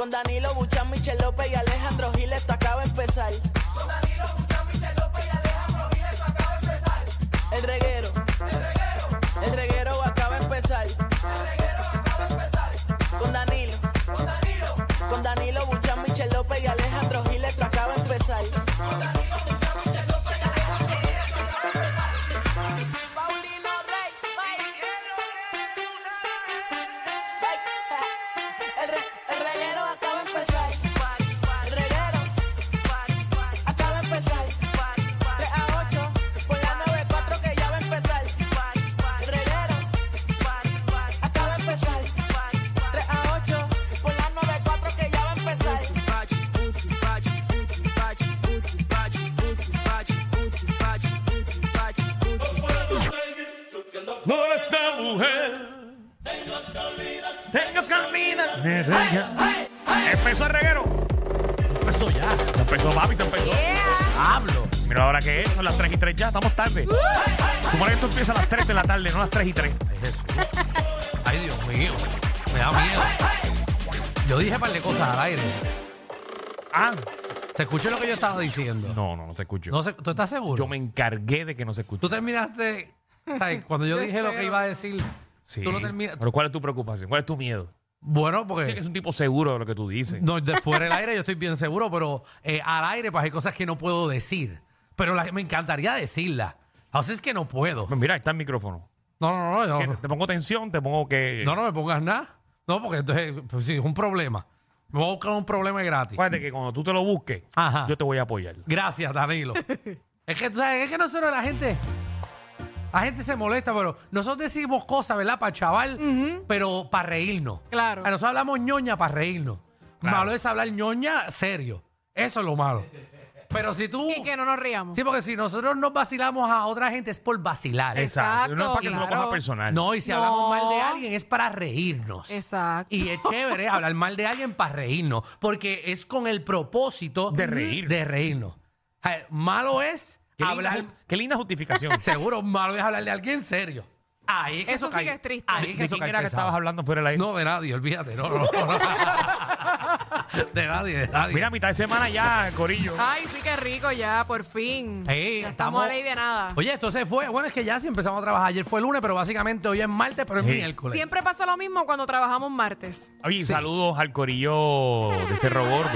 Con Danilo Buchan, Michel López y Alejandro Gil, esto acaba de empezar. Con Danilo Buchan, Michel López y Alejandro Gil, esto acaba de empezar. El reguero, el reguero, el reguero acaba de empezar. El reguero acaba de empezar. Con Danilo, con Danilo, con Danilo Buchan, Michel López y Alejandro Gil, esto acaba de empezar. Con Danilo Buchan, Michel López y Alejandro Gil, esto acaba de empezar. Paulino Rey, El, re, el reguero acaba de empezar. El reguero acaba de empezar. 3 a 8 por la 94 que ya va a empezar. El reguero acaba de empezar. 3 a 8 por la 94 que ya va a empezar. No esa mujer. Tengo camina. Me raya. Empezó el reguero. Empezó ya. Ya Empezó papi, te empezó. Hablo. Mira ahora que es, son las 3 y 3 ya, estamos tarde. Supone que esto empieza a las 3 de la tarde, no a las 3 y 3. Ay, Jesús. Ay, Dios mío. Me da miedo. Yo dije un par de cosas al aire. Ah, ¿Se escuchó lo que yo estaba diciendo? no, no, no se escuchó. No sé, ¿Tú estás seguro? Yo me encargué de que no se escuchó. Tú terminaste... ¿sabes? Cuando yo dije lo que iba a decir, Sí. tú lo terminas... Pero ¿cuál es tu preocupación? ¿Cuál es tu miedo? Tienes Bueno, que porque... es un tipo seguro de lo que tú dices. No, de fuera del aire yo estoy bien seguro, pero eh, al aire pues hay cosas que no puedo decir. Pero las- me encantaría decirlas. A veces es que no puedo. Pues Mira, ahí está el micrófono. No, no, no, ¿Qué? no. Te pongo tensión, te pongo que. No, no me pongas nada. No, porque entonces pues, sí, es un problema. Me voy a buscar un problema gratis. Acuérdate que cuando tú te lo busques, Ajá. yo te voy a apoyar. Gracias, Danilo. es que tú sabes, es que nosotros la gente. La gente se molesta, pero nosotros decimos cosas, ¿verdad? Para chaval, pero para reírnos. Claro. A nosotros hablamos ñoña para reírnos. Claro. Malo es hablar ñoña serio. Eso es lo malo. Pero si tú. Y que no nos riamos. Sí, porque si nosotros nos vacilamos a otra gente es por vacilar. Exacto, No es para que se lo claro. coja personal. No, y si No. hablamos mal de alguien es para reírnos. Exacto. Y es chévere hablar mal de alguien para reírnos, porque es con el propósito De reír. De reírnos. A ver, Malo es Qué, hablar. linda, ju- qué linda justificación. Seguro, malo es hablar de alguien serio. Ahí es que Eso eso, sí cae- que es triste. ahí ¿De es que quién eso cae era que pesado. estabas hablando fuera del aire? No, de nadie, olvídate. No, no, no. de nadie, de nadie. Mira, mitad de semana ya, Corillo. Ay, sí, qué rico ya, por fin. Sí, Ya estamos a ley de nada. Oye, entonces fue. Bueno, es que ya sí empezamos a trabajar. Ayer fue lunes, pero básicamente hoy es martes, pero es Sí. miércoles. Siempre pasa lo mismo cuando trabajamos martes. Oye, saludos al Corillo de Cerro Gordo.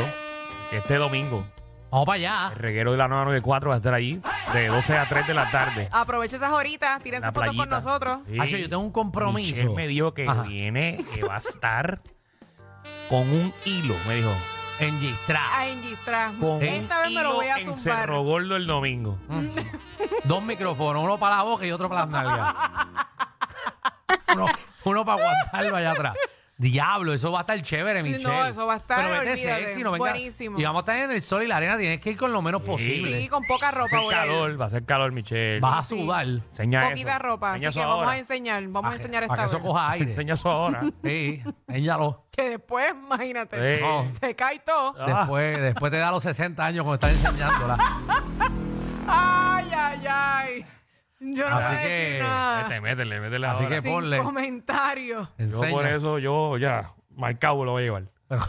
que Este domingo, Vamos para allá. el reguero de la 994 va a estar allí de 12 a 3 de la tarde. Aprovecha esas horitas, en tírense la Ah, fotos con playita. nosotros. Sí. Hacho, yo tengo un compromiso. Michelle me dijo que Ajá. viene, que va a estar con un hilo, me dijo. En Gistrá. A enguistrar. Con Esta un vez me lo hilo voy a en zumbar. Mm. Cerro Gordo el domingo. Dos micrófonos, uno para la boca y otro para las nalgas. Uno, uno para aguantarlo allá atrás. Diablo, eso va a estar chévere, Sí, no, Michelle. eso va a estar, Pero vete olvídate. sexy, no venga. Buenísimo. Y vamos a estar en el sol y la arena, tienes que ir con lo menos posible. Sí, con poca Va a ropa, ser voy a ir. calor, va a ser calor, Michelle. Vas a Sí. sudar. Enseña Poquita eso. ropa, Enseña así eso que vamos ahora. a enseñar, vamos a que- enseñar para esta que eso vez. coja aire. Enseña eso ahora. Sí, enséñalo. Que después, imagínate, Sí. No. se cae todo. Ah. Después, después te da los 60 años cuando estás enseñándola. Ay, ay, ay. Yo no Así sé que, decir nada. Métele, métele, métele Así ahora. que- ponle. Sin comentario. Yo Enseña. por eso, yo ya, marcado lo voy a llevar. Pero-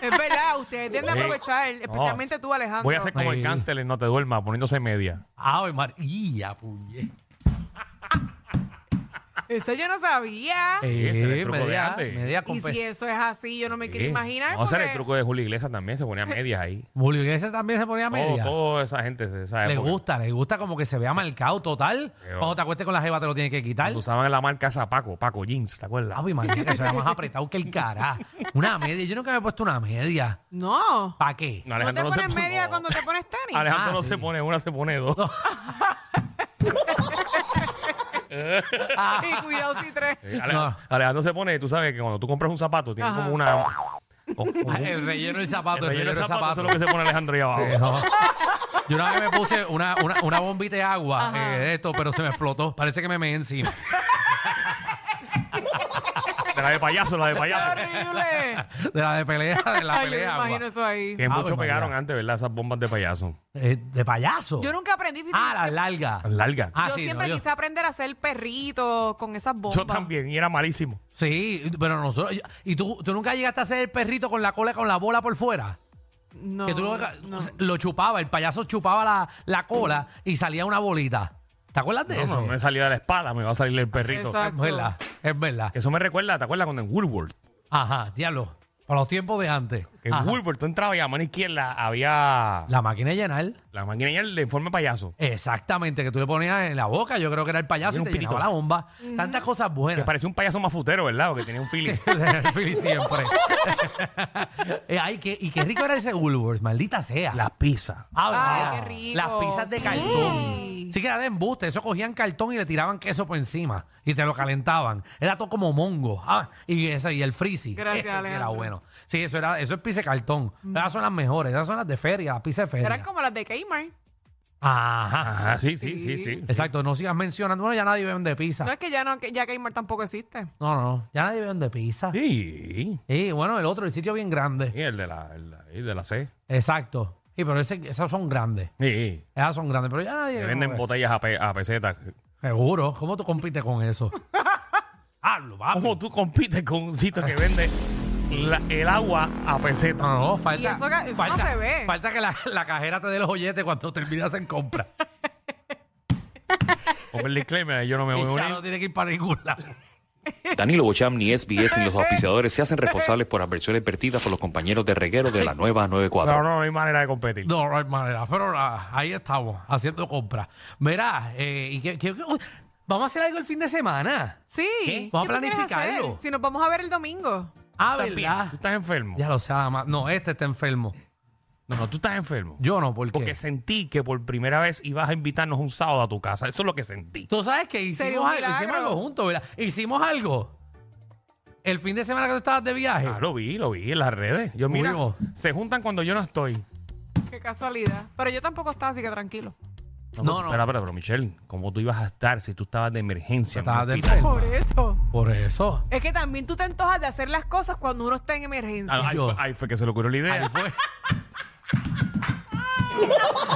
Es verdad, ustedes tienen que Sí. aprovechar, especialmente tú, Alejandro. Voy a hacer como Sí. el cáncer, en no te Ah, duermas, poniéndose media. Ave María, puñe. Eso yo no sabía. Ese era el truco de Eh, media, antes. media Y compe- si eso es así, yo no me quiero Sí. imaginar. Vamos a hacer el porque- truco de Julio Iglesias también, se ponía medias ahí. Julio Iglesias también se ponía Todo, media. toda esa gente de esa Le época. gusta, le gusta como que se vea marcado total. Pero- Cuando te acuestes con la jeva te lo tienes que quitar. Cuando usaban la marca esa Paco, Paco Jeans, ¿te Ah, acuerdas? Ave María, que se vea más apretado que el cará. Una media. Yo nunca me he puesto una media. No. ¿Para qué? No, ¿No te Alejandro pones se pone- media no. cuando te pones tenis? Alejandro Ah, no sí. se pone una, se pone dos. Y Ah. cuidado si tres. Eh, Ale- Alejandro se pone, tú sabes que cuando tú compras un zapato, tiene como una. como- como un- Ah, El relleno del zapato, el el relleno del zapato, zapato. Eso es lo que se pone Alejandro ahí abajo. No. Yo una vez me puse una, una, una bombita de agua eh, de esto, pero se me explotó. Parece que me meé encima. De la de payaso, la de ¡Qué payaso. horrible! De la de pelea, de la Ay, pelea yo me de agua. imagino eso ahí. Que Ave muchos María. pegaron antes, ¿verdad? Esas bombas de payaso. Eh, de payaso. Yo nunca aprendí. fíjate, Ah, las largas. Larga. Ah, yo sí, no, siempre yo- quise aprender a hacer perrito con esas bombas. Yo también, y era malísimo. Sí, pero nosotros. yo- ¿Y tú, tú nunca llegaste a hacer el perrito con la cola con la bola por fuera? No, que tú lo, no. lo chupaba, el payaso chupaba la, la cola y salía una bolita. ¿Te acuerdas de No, eso? no, me salía de la espada, me va a salir el perrito. Exacto. Es verdad, es verdad. Eso me recuerda, ¿te acuerdas cuando en Woolworth? Ajá, diablo. Para los tiempos de antes. Que en Ajá. Woolworth tú entrabas y a mano izquierda había la, La máquina de llenar. máquina ya de informe payaso. Exactamente, que tú le ponías en la boca, yo creo que era el payaso Era y un te pitito. llenaba la bomba. Tantas cosas Que buenas. parecía un payaso mafutero, ¿verdad? Porque tenía un feeling. El Philly siempre. Eh, Ay, qué, y qué rico era ese Woolworth, maldita sea. La pizza. Ah, Ay, ah, qué rico. Las pizzas de Sí. cartón. Sí que era de embuste. Eso cogían cartón y le tiraban queso por encima. Y te lo calentaban. Era todo como mongo. Ah, y ese, y el frizzy. Gracias, Ese sí era Alejandro. bueno. Sí, eso era, eso es pizza de cartón. Esas son las mejores. Esas son las de feria, las pizzas de feria. Eran como las de Kmart. Ajá. Ajá, Ah, sí, sí, sí, sí. Exacto, no sigas mencionando. Bueno, ya nadie vende pizza. No es que ya no, que ya Kmart tampoco existe. No, no, no. Ya nadie vende pizza. Sí. Y bueno, el otro, el sitio bien grande. Sí, el de la, el, el de la C. Exacto. Sí, pero ese- esas son grandes. Sí. Esas son grandes, pero ya nadie. Que venden como que- botellas a, pe- a pesetas. Seguro. ¿Cómo tú compites con eso? Hablo, vamos. ¿Cómo tú compites con un sitio que vende la- el agua a pesetas? No, no, falta. Y eso que- eso no se ve. Falta que la, la cajera te dé los olletes cuando terminas en compra. Con el disclaimer, yo no me y voy a ya unir. no tiene que ir para ningún lado. Danilo Bocham ni SBS ni los auspiciadores se hacen responsables por adversiones vertidas por los compañeros de reguero de la nueva 94. No, no, no hay manera de competir. No, no hay manera. Pero ah, ahí estamos, haciendo compras. Mira, eh, y que, que- uy, vamos a hacer algo el fin de semana. Sí. ¿Qué? Vamos ¿Qué a tú quieres planificarlo. hacer? Si nos vamos a ver el domingo. Ah, ¿Estás bien? ¿verdad? ¿Tú estás enfermo? Ya lo sé, además. No, este está enfermo. No, no, tú estás enfermo. Yo no, porque. Porque sentí que por primera vez ibas a invitarnos un sábado a tu casa. Eso es lo que sentí. Tú sabes que Sería hicimos un algo, hicimos milagro. algo juntos, ¿verdad? Hicimos algo. El fin de semana que tú estabas de viaje. Ah, lo vi, lo vi en las redes. Yo, mira, Uy, oh. se juntan cuando yo no estoy. Qué casualidad. Pero yo tampoco estaba, así que tranquilo. No, no. Espera, espera, pero Michelle, ¿cómo tú ibas a estar si tú estabas de emergencia? en Estabas un de hospital? enfermo. Por eso. Por eso. Es que también tú te antojas de hacer las cosas cuando uno está en emergencia. Ah, ahí, yo. fue, ahí fue que se le ocurrió la idea. Ahí fue.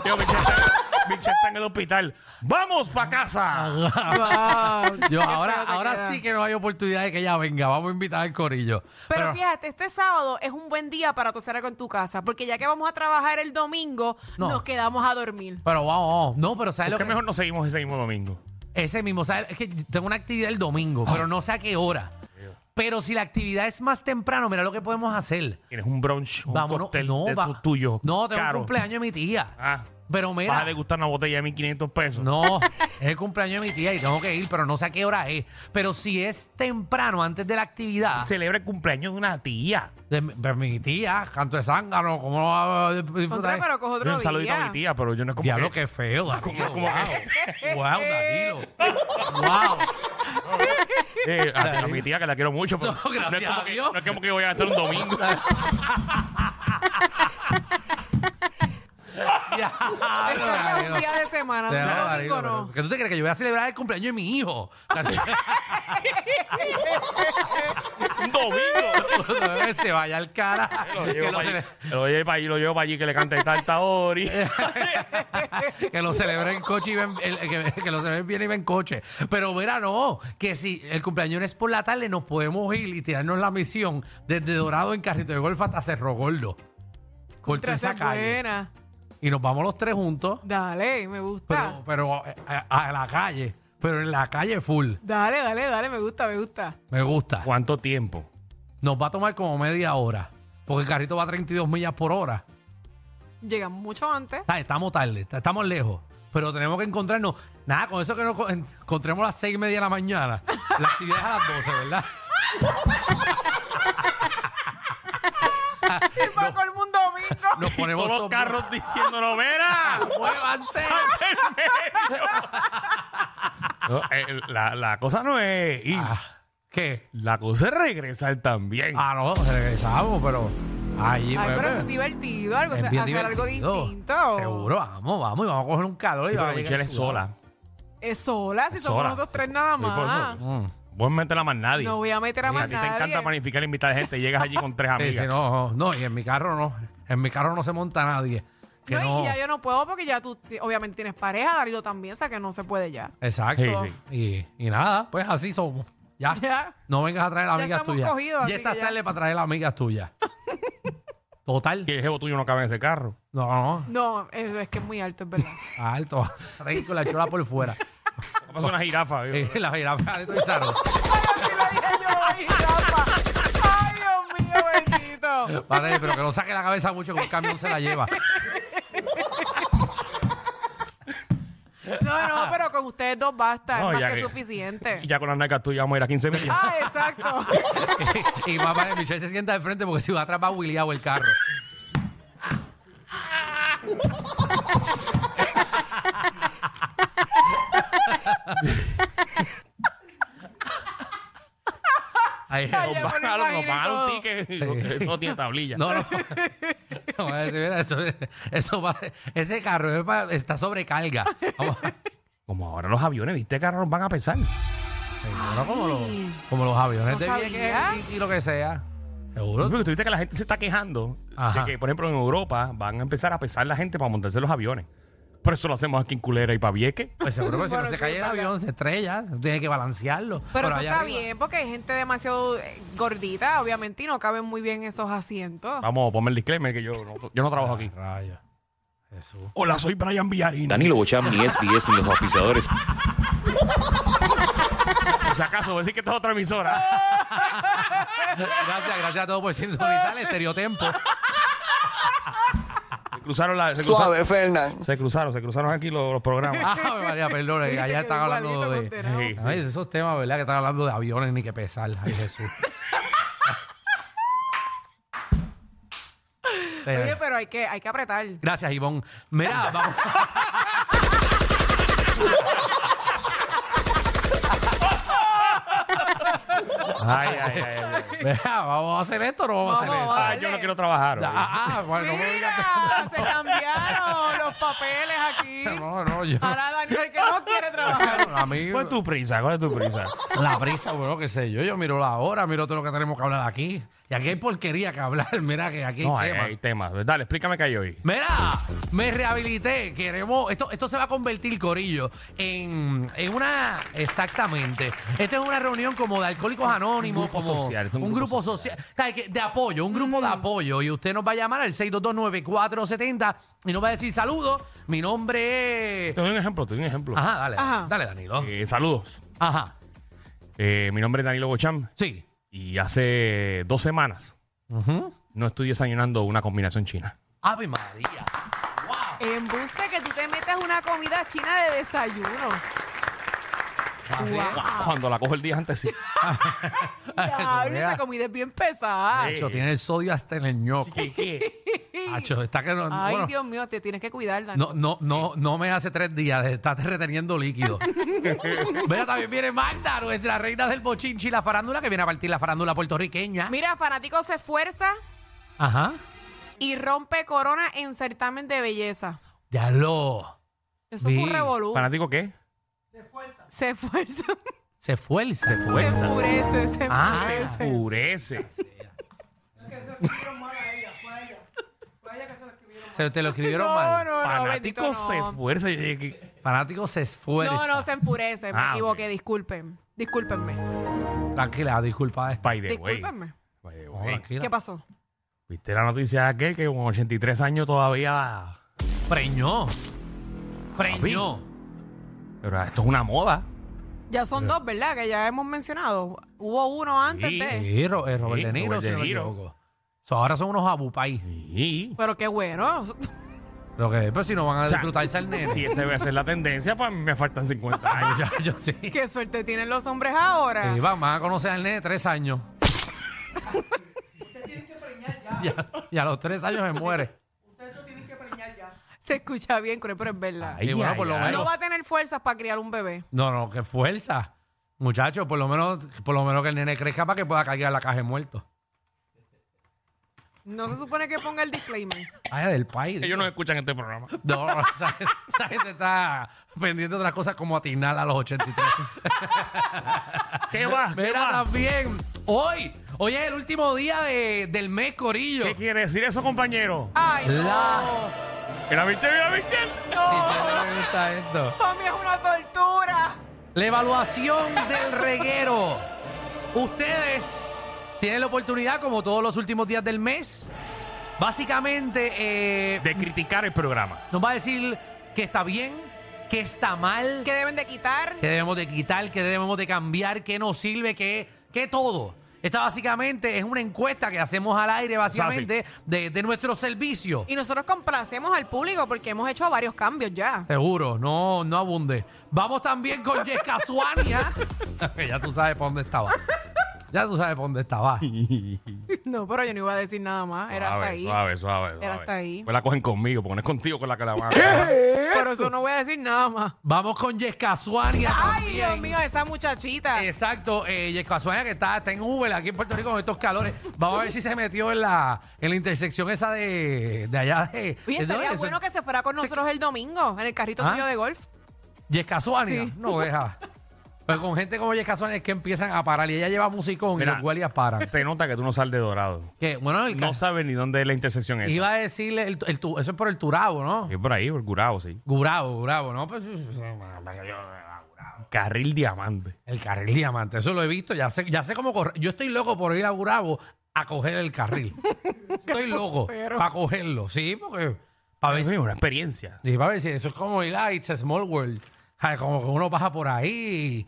Yo, Michelle, está, Michelle está en el hospital. ¡Vamos para casa! Wow. Ah, Yo Qué ahora, feo te ahora queda. sí que no hay oportunidad de que ella venga. Vamos a invitar al corillo. Pero, fíjate, este sábado es un buen día para toser algo en tu casa, porque ya que vamos a trabajar el domingo, No. nos quedamos a dormir. pero vamos, vamos. No, pero ¿Por ¿sabes lo que qué mejor no seguimos ese mismo domingo? Ese mismo, ¿sabes? Es que tengo una actividad el domingo, pero no sé a qué hora. Pero si la actividad es más temprano, mira lo que podemos hacer. Tienes un brunch, un Vámonos. cóctel no, de va- esos tuyos. No, tengo caro. un cumpleaños de mi tía. Ah, Pero mira. vas a degustar una botella de 1.500 pesos. No, es el cumpleaños de mi tía y tengo que ir, pero no sé a qué hora es. Pero si es temprano, antes de la actividad, Celebra el cumpleaños de una tía. de, mi- de mi tía, canto de zángano, ¿cómo no va a Contra, disfrutar? pero cojo otro un saludito día. a mi tía, pero yo no es como Diablo, que- qué feo, Danilo. Como- como que- wow. Wow, Danilo. wow. Eh, a, a mi tía que la quiero mucho, pero No, no, gracias es como a que, Dios. no es como que voy a gastar un domingo. Esto Diablo, Este es un Danilo. día de semana, no Diablo, sé domingo Danilo, no. pero ¿Qué tú te crees que yo voy a celebrar el cumpleaños de mi hijo? un domingo. Cuando se vaya al cara. Lo llevo que, lo para allí, cele- lo llevo para allí, lo llevo para allí que le cante Tarta Ori. que lo celebren en coche y ven- el- que, que lo celebren bien y ven coche. Pero mira, no, que si el cumpleaños es por la tarde, nos podemos ir y tirarnos la misión desde Dorado en carrito de golf hasta Cerro Gordo. Corta Tras esa es calle. buena. Y nos vamos los tres juntos, Dale, me gusta. pero, pero a, a- a la calle. pero en la calle full. Dale, dale, dale, me gusta, me gusta. Me gusta. ¿Cuánto tiempo? Nos va a tomar como media hora, porque el carrito va a 32 millas por hora. Llegamos mucho antes. O sea, estamos tarde, estamos lejos, pero tenemos que encontrarnos. Nada, con eso que nos co- en- encontremos a las 6 y media de la mañana. La actividad es a las 12, ¿verdad? Ah, Y para todo el mundo domingo. Nos Y ponemos todos los sombra- carros diciéndonos, ¡vera! ¡Muévanse! No, eh, la, la cosa no es ir. Ah, ¿Qué? La cosa es regresar también. Ah, no, regresamos, pero. Ahí, Ay, pues, pero pues, eso es divertido, algo, es hacer bien algo divertido. distinto. Seguro, vamos, vamos, y vamos a coger un calor. Y Sí, va a pero llegar Michelle es sudado. sola. Es sola, si es somos sola. nosotros tres nada Sí, por más. eso, mm, Vos meter a más nadie. No voy a meter a a más ti te encanta nadie. planificar e invitar gente. Llegas allí con tres Sí, amigas. sí, no, no, no, y en mi carro no. En mi carro no se monta nadie. Que No, y- no, y ya yo no puedo porque ya tú ti- obviamente tienes pareja, Darío también, o sea que no se puede ya. Exacto. Sí, Y, y nada, pues así somos. Ya. Ya. No vengas a traer Ya amigas estamos tuyas. cogidos, así y estas que ya. tarde para traer amigas tuyas. Total. Que el jevo tuyo no cabe en ese carro. No, no, No, es, es que es muy alto, es verdad. alto. Trae con la chola por fuera. Pasa una jirafa. digo. Eh, la jirafa de Toizaro. Así le dije yo, ay, Rafa. Ay, Dios mío, bendito. Vale, pero que no saque la cabeza mucho que un camión se la lleva. No, no, pero con ustedes dos basta, No, es ya más que, que- suficiente. Y ya con las nalgas tuyas vamos a ir a 15 millas. Ah, exacto. y, y mamá de Michelle se sienta de frente porque si va atrás va William el carro. Ahay, Ay, no, ya. Nos me lo van a dar- nos imagino van a dar un todo. ticket. Eso no tiene tablilla. no, no. Vamos a decir, mira, eso, eso va- ese carro es pa- está sobrecarga. Vamos a- Como ahora los aviones, ¿viste? Carros van a pesar. Seguro como los, como los aviones No de Vieques sabía. y, y lo que sea. Seguro. Porque tú viste que la gente se está quejando Ajá. de que, por ejemplo, en Europa van a empezar a pesar la gente para montarse los aviones. Por eso lo hacemos aquí en Culera y Pavieque. Pues seguro que si Bueno, no se sí, cae es el verdad. avión, se estrella, tiene que balancearlo. Pero eso allá está arriba- bien porque hay gente demasiado eh, gordita, obviamente, y no caben muy bien esos asientos. Vamos, ponme el disclaimer que yo no, yo no trabajo aquí. Rayo. Jesús. Hola, soy Brian Villarina. Danilo Bocham, ni SBS, ni los auspiciadores. Por si acaso, voy a decir que esta es otra emisora. Gracias, gracias a todos por sintonizar el estereotempo. Se cruzaron, la, se, cruzaron Suave, Fernan. se cruzaron, se cruzaron aquí los, los programas. Ah, María, perdón, eh, allá están hablando de, Sí, sí. Ay, de esos temas, ¿verdad? Que están hablando de aviones, ni que pesar. Ay, Jesús. Eh, Oye, pues- pero hay que, hay que apretar. Gracias, Ivonne. Mira, vamos. Ay, ay, ay, ay, ay. Mira, vamos a hacer esto o no vamos, a hacer Vamos, esto. Ay, yo no quiero trabajar. hoy. Ah, ah, bueno, no me digas- Mira, se cambiaron los papeles aquí. No, no, yo. Ahora Daniel que no quiere trabajar. A mí, Pues ¿Cuál es tu prisa? ¿Cuál es tu prisa? La prisa, bueno, qué sé yo. Yo miro la hora, miro todo lo que tenemos que hablar aquí. Y aquí hay porquería que hablar. Mira que aquí hay No, hay, temas. hay temas. Dale, explícame qué hay hoy. Mira, me rehabilité. Queremos. Esto, esto se va a convertir, Corillo, en, en una. Exactamente. Esta es una reunión como de Alcohólicos Anónimos. grupo como social, esto Un, grupo social. Sabe que De apoyo, un grupo de apoyo. Y usted nos va a llamar al 6229470 y nos va a decir saludos. Mi nombre es. Te doy un ejemplo, te doy un ejemplo. Ajá, dale. Ajá. Dale, Danilo. Eh, saludos. Ajá. Eh, mi nombre es Danilo Bocham Sí. y hace dos semanas no estoy desayunando una combinación china. Ave María. Embuste que tú te metas una comida china de desayuno. Guau. Cuando la cojo el día antes, sí. Diablo, esa comida es bien pesada. Acho, Eh, tiene el sodio hasta en el ñoco. Acho, está que no. Ay, bueno, Dios mío, te tienes que cuidar, Daniel. No, no, no, no me hace tres días de estarte reteniendo líquido. Mira, también viene Magda, nuestra reina del bochinchi, y la farándula, que viene a partir la farándula puertorriqueña. Mira, fanático se esfuerza Ajá. y rompe corona en certamen de belleza. Ya lo. Eso es Sí, un revolú. ¿Fanático qué? Se esfuerza. Se fuerza. Se Se fuerza. enfurece, se Ah, Se enfurece. enfurece. Se te lo escribieron No, mal. no, no, Fanático bendito, no. se esfuerza. Yo dije que- Fanático se esfuerza. No, no, se enfurece. Me Ah, equivoqué, disculpen. Discúlpenme. Tranquila, disculpa. esta- By the way. Discúlpenme. by the No, way. tranquila. ¿Qué pasó? ¿Viste la noticia de aquel que con 83 años todavía... Preñó. Preñó. Pero esto es una moda. Ya son dos, ¿verdad? Que ya hemos mencionado. Hubo uno antes Sí. de. Sí, Ro- eh, Robert Sí, De Niro, Robert si De no me Niro. equivoco. So, ahora son unos abupay. Sí. Pero qué bueno. Lo que es, pero si no van a O sea, disfrutarse al nene. Si esa va a ser la tendencia, pues a mí me faltan 50 años. Ya, yo sí. Qué suerte tienen los hombres ahora. Sí, van, Eh, van a conocer al nene de tres años. ya. Y a los tres años se muere. Se escucha bien, creo, pero es verdad. y bueno, por lo ay. No menos. va a tener fuerzas para criar un bebé. No, no, qué fuerza. Muchachos, por lo menos, por lo menos que el nene crezca para que pueda cargar la caja de muertos. No se supone que ponga el disclaimer. Ay, del país. Ellos no escuchan este programa. No, esa, gente- esa gente está pendiente de otras cosas como atinar a los 83. ¿Qué va? ¿Qué Mira, va? también, hoy, hoy es el último día de- del mes, Corillo. ¿Qué quiere decir eso, compañero? Ay, no. La- Mira, Michelle, mira, Michelle. Michelle, ¿le gusta esto? Tommy es una tortura. La evaluación del reguero. Ustedes tienen la oportunidad, como todos los últimos días del mes, básicamente eh, De criticar el programa. nos va a decir que está bien, que está mal, Que deben de quitar. que debemos de quitar, que debemos de cambiar, que nos sirve, que, que todo. Esta básicamente es una encuesta que hacemos al aire, básicamente, de, de nuestro servicio. Y nosotros complacemos al público porque hemos hecho varios cambios ya. Seguro, no, no abunde. Vamos también con Jessica ¿eh? Suania. ya tú sabes por dónde estaba. Ya tú sabes por dónde estaba. No, pero yo no iba a decir nada más. Era hasta suave, ahí. suave, suave, suave. Era hasta ahí. Pues la cogen conmigo, porque no es contigo con la que la van a acabar. Pero eso no voy a decir nada más. Vamos con Jessica Suania. Ay, Dios también. mío, esa muchachita. Exacto, eh, Yesca Suárez, que está, está en Uber aquí en Puerto Rico con estos calores. Vamos a ver si se metió en la, en la intersección esa de, de allá de. Oye, ¿de dónde estaría es? bueno que se fuera con nosotros el domingo en el carrito ¿Ah? tuyo de golf. Yesca Suárez, no deja. Pero con gente como Yesca Suárez que empiezan a parar y ella lleva musicón Mira. y los guardias paran. Se nota que tú no sales de dorado. Que, bueno, el No ca- sabes ni dónde es la intersección esa. iba a decirle, el, el tu- eso es por el Turabo, ¿no? Es por ahí, por Gurabo, sí. Gurabo, Gurabo, ¿no? Pues, Carril diamante. el carril diamante, eso lo he visto, ya sé, ya sé cómo correr. Yo estoy loco por ir a Gurabo a coger el carril. Estoy loco para cogerlo, sí, porque para ver si Sí, una experiencia. Sí, va a ver si eso es como ir a It's a Small World. Ay, Como que uno pasa por ahí